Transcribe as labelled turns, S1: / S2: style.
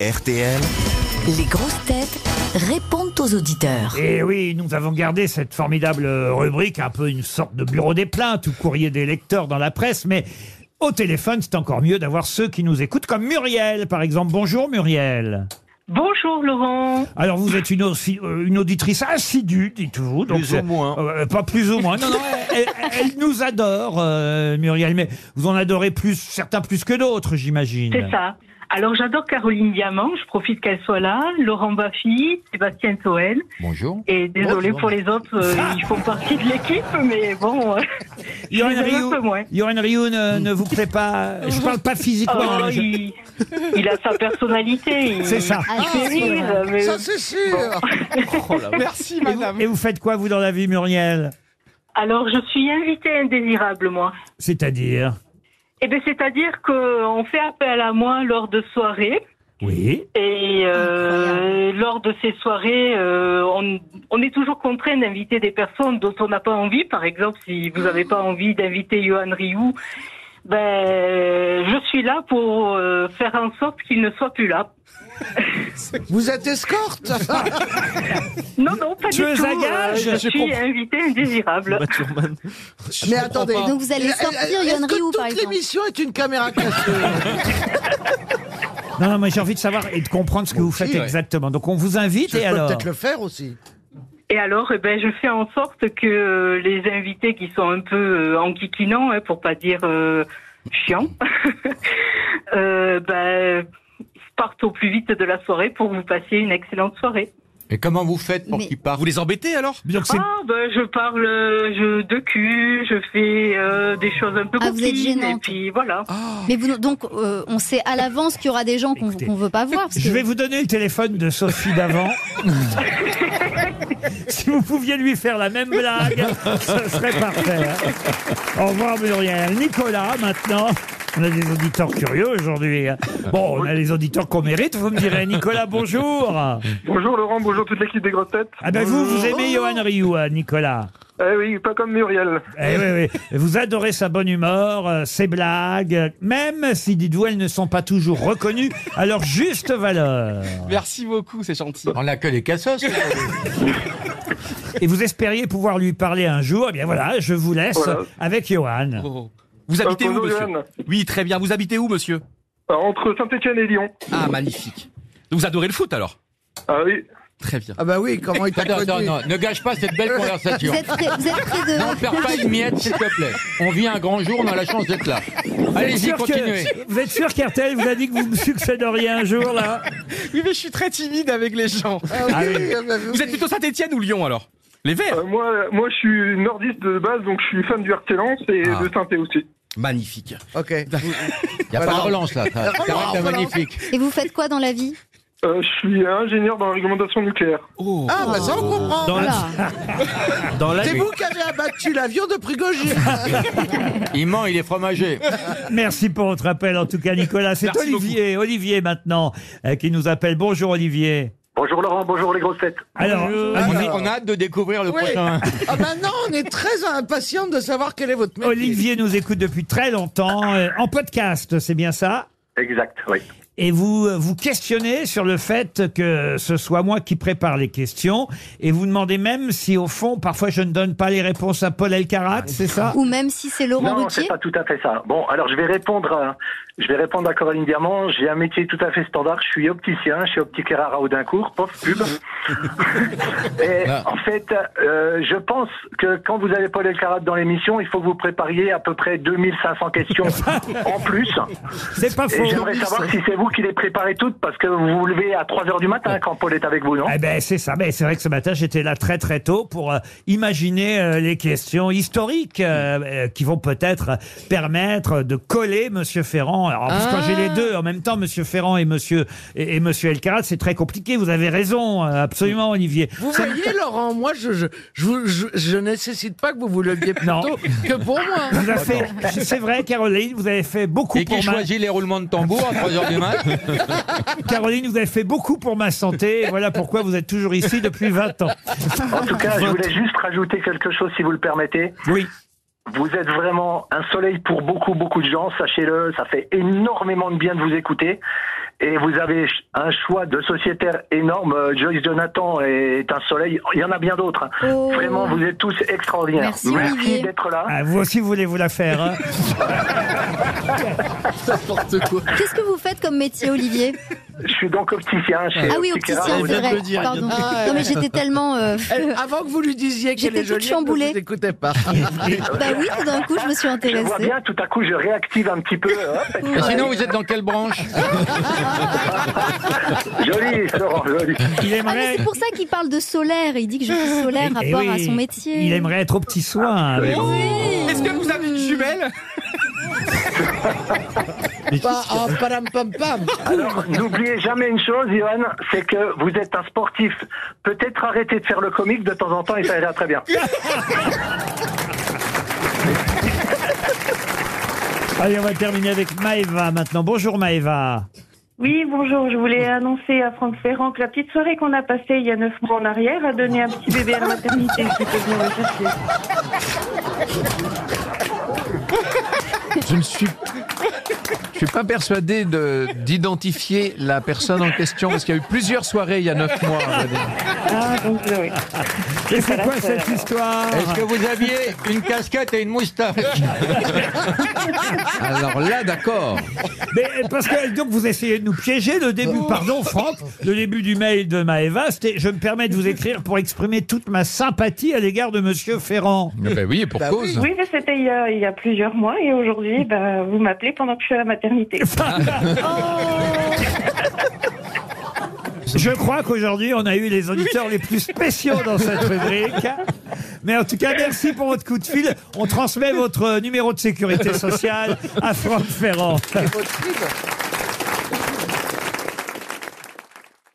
S1: RTL.
S2: Les grosses têtes répondent aux auditeurs.
S3: Et Eh oui, nous avons gardé cette formidable euh, rubrique, un peu une sorte de bureau des plaintes ou courrier des lecteurs dans la presse, mais au téléphone, c'est encore mieux d'avoir ceux qui nous écoutent, comme Muriel, par exemple. Bonjour Muriel.
S4: Bonjour Laurent.
S3: Alors vous êtes une, aussi- euh, une auditrice assidue, dites-vous. donc
S5: Plus ou
S3: c'est-
S5: moins.
S3: euh, pas plus ou moins. Non, non, elle, elle- elle nous adore, euh, Muriel, mais vous en adorez plus, certains plus que d'autres, j'imagine.
S4: C'est ça. Alors j'adore Caroline Diamant, je profite qu'elle soit là, Laurent Baffy, Sébastien Toel,
S5: Bonjour.
S4: et désolé
S5: Bonjour.
S4: pour les autres, euh, ils font partie de l'équipe, mais bon, euh, je
S3: Yoann
S4: les aime un
S3: Rioux-
S4: peu moins.
S3: Yoann Rioux ne, ne vous plaît pas. Je parle pas physiquement.
S4: Oh,
S3: hein, je-
S4: il, il a sa personnalité, il,
S3: C'est ça.
S4: il fait rire, mais
S5: Ah, c'est sûr. Merci, madame.
S3: Et vous faites quoi, vous, dans la vie, Muriel
S4: alors je suis invitée indésirable moi.
S3: C'est-à-dire
S4: Eh ben c'est-à-dire qu'on fait appel à moi lors de soirées.
S3: Oui.
S4: Et euh, lors de ces soirées, euh, on, on est toujours contraint d'inviter des personnes dont on n'a pas envie. Par exemple, si vous n'avez pas envie d'inviter Johan Rioux, ben, je suis là pour euh, faire en sorte qu'il ne soit plus là.
S5: Vous êtes escorte
S4: Non, non, pas
S3: Tu
S4: du
S3: es
S4: tout. Euh,
S3: à gage,
S4: je
S3: je
S4: suis
S3: comprends.
S4: invité indésirable.
S5: Mais attendez.
S6: Donc vous allez sortir Yann Rioux, par
S5: Toute
S6: exemple.
S5: l'émission est une caméra cachée.
S3: Non, non, mais j'ai envie de savoir et de comprendre ce que vous faites
S5: ouais.
S3: exactement. Donc, on vous invite
S5: Je
S3: et
S5: peux
S3: alors
S5: peut-être le faire aussi.
S4: Et alors, eh ben, je fais en sorte que euh, les invités qui sont un peu euh, enquiquinants, hein, pour pas dire euh, chiants, euh, ben, partent au plus vite de la soirée pour que vous passiez une excellente soirée.
S7: Et comment vous faites pour
S6: Mais-
S7: qu'ils partent
S5: Vous les embêtez alors
S3: Donc, c'est-
S4: Ah, ben, je parle euh, je, de cul, je fais euh, des choses un peu
S6: Ah, vous êtes
S4: coquines, et
S6: gênante.
S4: puis voilà.
S6: Mais vous, donc euh, on sait à l'avance qu'il y aura des gens qu'on
S3: Écoutez,
S6: qu'on veut pas voir. parce
S3: Je
S6: que-
S3: vais vous donner le téléphone de Sophie d'avant. si vous pouviez lui faire la même blague, ce serait parfait. hein. Au revoir Muriel. Nicolas, maintenant. On a des auditeurs curieux aujourd'hui. hein. Bon, on a les auditeurs qu'on mérite, vous me direz. Nicolas, bonjour.
S8: Bonjour Laurent, bonjour toute l'équipe des grosses têtes.
S3: Ah ben vous, vous aimez Johan Rioux, hein, Nicolas
S8: Eh oui, pas comme Muriel.
S3: Eh oui, oui. Vous adorez sa bonne humeur, euh, ses blagues, euh, même si, dites-vous, elles ne sont pas toujours reconnues à leur juste valeur.
S9: Merci beaucoup, c'est gentil.
S7: On n'a que des cassos.
S3: Et vous espériez pouvoir lui parler un jour. Eh bien voilà, je vous laisse
S8: Voilà.
S3: avec Johan.
S9: Oh. Vous habitez où,
S8: bonjour,
S9: monsieur
S8: Johan.
S9: Oui, très bien. Vous habitez où, monsieur
S8: Alors, euh, entre Saint-Etienne et Lyon.
S9: Ah, magnifique. Vous adorez le foot, alors
S8: Ah oui.
S9: Très bien.
S5: Ah bah oui, comment il t'a
S7: Attends,
S5: connu
S7: attends, non, ne gâche pas cette belle conversation.
S6: Vous êtes près, vous êtes près de.
S7: On perd pas une miette, s'il te plaît. On vit un grand jour, on a la chance d'être là. Allez-y,
S3: Sûr que-
S7: continuez.
S3: vous êtes sûr qu'Artel vous a dit que vous me succéderiez un jour, là
S9: Oui, mais je suis très timide avec les gens.
S5: Ah oui, ah bah oui.
S9: Vous êtes plutôt Saint-Etienne ou Lyon, alors Les Verts
S8: Euh, moi, moi, je suis nordiste de base, donc je suis fan du RT Lens et
S9: Ah.
S8: de Saint-Etienne aussi.
S9: Magnifique.
S5: Ok.
S7: Il n'y a pas de relance là. Ça, ça va être magnifique.
S6: Et vous faites quoi dans la vie
S8: Euh, je suis ingénieur dans la réglementation nucléaire.
S9: Oh.
S5: Ah bah ça on comprend.
S3: Dans la-
S6: Voilà.
S3: dans la-
S5: C'est vous qui avez abattu l'avion de Prigogine.
S7: Il ment, il est fromager.
S9: Ah.
S3: Merci pour votre appel, en tout cas, Nicolas. C'est
S9: Merci
S3: Olivier, Olivier maintenant, euh, qui nous appelle. Bonjour, Olivier.
S8: Bonjour Laurent, bonjour les grosses têtes.
S3: Alors, euh,
S7: On
S3: Olivier,
S7: a, on a hâte de découvrir le
S5: Oui.
S7: prochain.
S5: Ah maintenant on est très impatient de savoir quel est votre métier.
S3: Olivier nous écoute depuis très longtemps, euh, en podcast, c'est bien ça
S8: Exact, oui.
S3: et vous euh, vous questionnez sur le fait que ce soit moi qui prépare les questions et vous demandez même si au fond parfois je ne donne pas les réponses à Paul Elkarat, c'est ça
S6: Ou même si c'est Laurent
S8: Non,
S6: Ruquier
S8: c'est pas tout à fait ça. Bon, alors je vais répondre à, je vais répondre à Coraline Diamant. J'ai un métier tout à fait standard. Je suis opticien chez Opticaire à Raudincourt, pauvre pub. Et
S7: Ah.
S8: en fait, euh, je pense que quand vous avez Paul Elkarat dans l'émission, il faut que vous prépariez à peu près 2500 questions en plus.
S3: C'est pas faux.
S8: Et j'aimerais savoir si c'est vous qui les préparez toutes parce que vous vous levez à 3 heures du matin quand Paul est avec vous, non
S3: Eh ben c'est ça. Mais c'est vrai que ce matin j'étais là très très tôt pour euh, imaginer euh, les questions historiques euh, euh, qui vont peut-être permettre de coller Monsieur Ferrand. Alors, en plus, quand j'ai les
S6: Ah.
S3: deux en même temps, Monsieur Ferrand et Monsieur et, et Monsieur Elkarat, c'est très compliqué. Vous avez raison, euh, absolument, Olivier.
S5: Vous voyez, Laurent, moi, je, je, je, vous- je, je nécessite pas que vous vous leviez plus
S3: Non.
S5: tôt que pour moi.
S3: Vous avez fait- c'est vrai, Caroline, vous avez fait beaucoup
S7: Et
S3: pour
S7: qui
S3: ma...
S7: choisit les roulements de tambour à 3h du mat
S3: Caroline, vous avez fait beaucoup pour ma santé. Et voilà pourquoi vous êtes toujours ici depuis 20 ans.
S8: En tout cas, je voulais juste rajouter quelque chose si vous le permettez.
S3: Oui.
S8: Vous êtes vraiment un soleil pour beaucoup, beaucoup de gens, sachez-le. Ça fait énormément de bien de vous écouter. Et vous avez ch- un choix de sociétaires énorme. Euh, Joyce Jonathan est un soleil. Il y en a bien d'autres. hein.
S6: Oh.
S8: Vraiment, vous êtes tous extraordinaires.
S6: Merci, Olivier.
S8: d'être là.
S3: Ah, vous aussi, vous voulez vous la faire. hein
S5: N'importe quoi.
S6: Qu'est-ce que vous faites comme métier, Olivier
S8: Je suis donc opticien chez
S6: Ah oui, opticien,
S8: Opticara Raoul.
S6: c'est
S5: vient de
S6: vrai.
S5: le dire, il vient de
S6: Pardon.
S5: le dire.
S6: Non, mais j'étais tellement. euh,
S5: Eh, Avant que vous lui disiez qu'elle
S6: J'étais
S5: est
S6: toute
S5: jolie, elle
S6: chamboulée.
S5: ne vous écoutait pas.
S6: Bah oui, tout d'un coup, je me suis
S8: Je vois
S6: intéressée.
S8: bien, tout à coup, je réactive un petit peu. Hop,
S7: Et sinon, vous êtes dans quelle branche
S8: Joli, Florent, joli.
S3: Il
S6: Ah, mais
S3: aimerait.
S6: c'est pour ça qu'il parle de solaire. Il dit que je suis solaire
S3: Eh
S6: rapport à
S3: oui,
S6: son métier. Ah,
S3: Il aimerait être au petit soin. avec vous.
S9: Est-ce que vous avez une jumelle
S5: Pas en param pam pam.
S8: Alors, n'oubliez jamais une chose, Johan, c'est que vous êtes un sportif. Peut-être arrêtez de faire le comique de temps en temps et ça ira très bien.
S3: Allez, on va terminer avec Maëva maintenant. Bonjour Maëva.
S1: Oui, bonjour. Je voulais annoncer à Franck Ferrand que la petite soirée qu'on a passée il y a neuf mois en arrière a donné un petit bébé à la maternité qui était venu me chercher.
S7: Je ne suis, je suis pas persuadé de- d'identifier la personne en question parce qu'il y a eu plusieurs soirées il y a neuf mois. à vrai dire.
S1: Ah, donc euh, oui.
S3: Et c'est quoi cette histoire
S7: Est-ce que vous aviez une casquette et une moustache Alors là, d'accord.
S3: Mais euh, parce que donc vous essayez de nous piéger le début, pardon Franck, le début du mail de Maëva, c'était je me permets de vous écrire pour exprimer toute ma sympathie à l'égard de monsieur Ferrand.
S7: Ah Ben oui, et pour cause.
S1: Oui, mais c'était il, y a- il y a plusieurs mois et aujourd'hui, bah, vous m'appelez pendant que je suis à la maternité.
S3: Je crois qu'aujourd'hui on a eu les auditeurs les plus spéciaux dans cette rubrique. Mais en tout cas, merci pour votre coup de fil. On transmet votre numéro de sécurité sociale à Franck Ferrand.